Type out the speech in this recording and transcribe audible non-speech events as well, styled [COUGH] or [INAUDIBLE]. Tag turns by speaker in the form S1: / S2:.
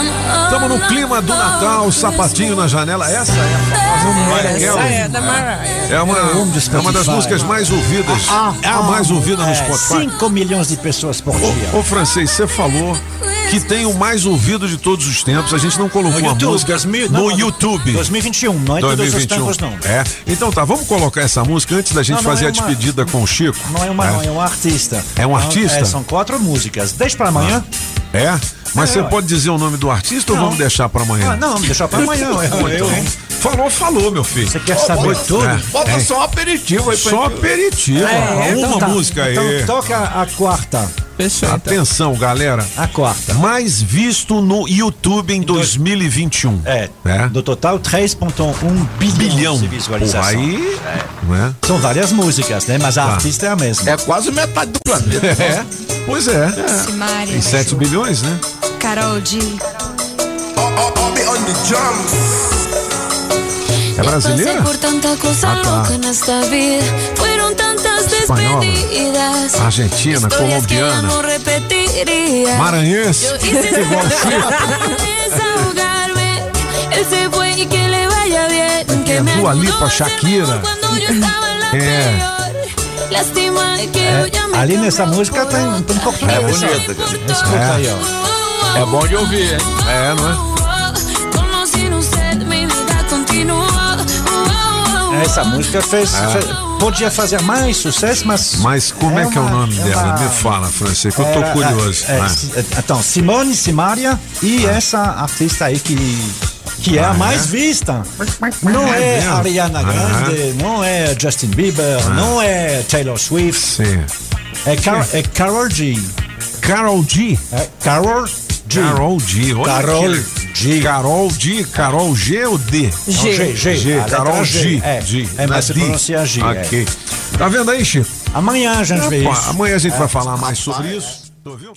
S1: Estamos no clima do Natal, sapatinho na janela. Essa é a famosa Mariah
S2: Essa
S1: Carey.
S2: é da Mariah.
S1: É uma,
S3: Era um dos
S1: é uma das
S3: Spotify.
S1: músicas mais ouvidas.
S3: Ah,
S1: é a mais ouvida no Spotify.
S3: 5 milhões de pessoas por dia.
S1: Ô, ô, francês, você falou que tem o mais ouvido de todos os tempos. A gente não colocou
S3: No
S1: a
S3: YouTube,
S1: música
S3: 2000,
S1: no
S3: não,
S1: YouTube.
S3: 2021, não é todos os
S1: 2021.
S3: tempos, não.
S1: É. Então tá, vamos colocar essa música antes da gente
S3: Não, não
S1: fazer
S3: é
S1: a
S3: uma-
S1: despedida com o Chico.
S3: Não é uma, não, é um artista.
S1: É um
S3: Não,
S1: artista?
S3: é, são quatro músicas. Deixa pra amanhã.
S1: É? Mas
S3: É,
S1: você
S3: ué.
S1: pode dizer o nome do artista ou
S3: Não.
S1: vamos deixar pra amanhã?
S3: Ah, não, vamos deixar pra amanhã.
S1: Ou
S3: Eu-
S1: então,
S3: eu-
S1: falou, falou, meu filho.
S3: Você quer saber
S1: Oi,
S3: tudo?
S1: é.
S4: Bota
S1: É.
S4: só um aperitivo aí pra
S1: Só
S4: gente-
S1: aperitivo.
S3: É,
S1: uma
S3: então tá.
S1: música aí.
S3: Então tá. toca a quarta.
S2: Fechou. então.
S1: Atenção, galera.
S3: A quarta.
S1: Mais visto no YouTube em 2021.
S3: É,
S1: Né?
S3: do total 3.1
S1: Bilhão.
S3: bilhão, de É.
S1: Porra,
S3: visualizações.
S1: aí. Né?
S3: São várias músicas, né? Mas a artista é a mesma.
S4: É quase metade do planeta.
S1: [LAUGHS] É. Pois é.
S5: Simária,
S1: Tem 7 bilhões, né?
S5: Carol G.
S1: É brasileira?
S6: Pasé por tanta cosa
S1: Ah, tá.
S6: loca en esta vida. Fueron tantas
S1: Española,
S6: despedidas.
S1: argentina,
S6: Historias
S1: colombiana.
S6: Que ya no repetiría.
S1: Maranhense.
S6: Yo hice desahogarme. Él se fue y que le vaya bien.
S1: que
S6: Que me
S1: Dua
S6: ayudó
S1: Lipa,
S6: a ser
S1: Shakira.
S6: mejor Cuando yo estaba en la
S1: É.
S6: peor. Lástima que
S1: Eh,
S6: yo ya me
S3: Ali nessa
S6: encuentro
S3: música
S6: por
S3: tem, tem um
S6: otra.
S3: pouquinho.
S4: É
S3: dessa-
S4: bonita, cara.
S3: Escuta aí, ó.
S1: Eh.
S4: É bom de ouvir, hein?
S1: É, não é?
S6: Como sin usted mi vida Oh, continuó.
S3: Essa música fez, fez- podia fazer É. mais sucesso, mas.
S1: Mas como é, que é o
S3: uma-
S1: nome dela?
S3: uma-
S1: Me fala, Francisco. Eu tô
S3: era-
S1: curioso.
S3: é,
S1: né?
S3: si- é, Então, Simone Simaria e essa artista aí que. Que é
S1: Ah,
S3: a
S1: é?
S3: mais vista. Não é
S1: mesmo? Ah.
S3: Ariana Grande, não é Justin Bieber, não é Taylor Swift,
S1: Sim.
S3: é, Car é Carol G.
S1: Carol G.
S3: É Carol G.
S1: Carol G. Olha
S3: Carol
S1: que- Carol G. Carol G ou D?
S3: Não, G,
S2: G.
S3: G,
S1: G,
S3: a letra
S1: Carol G.
S3: É,
S1: G. né?
S3: é mas se
S1: D.
S3: pronuncia G. é.
S1: Ok. Tá vendo aí, Chico?
S3: Amanhã a gente vê
S1: Pô,
S3: isso. É.
S1: amanhã a gente vai falar mais sobre isso. Tu ouviu?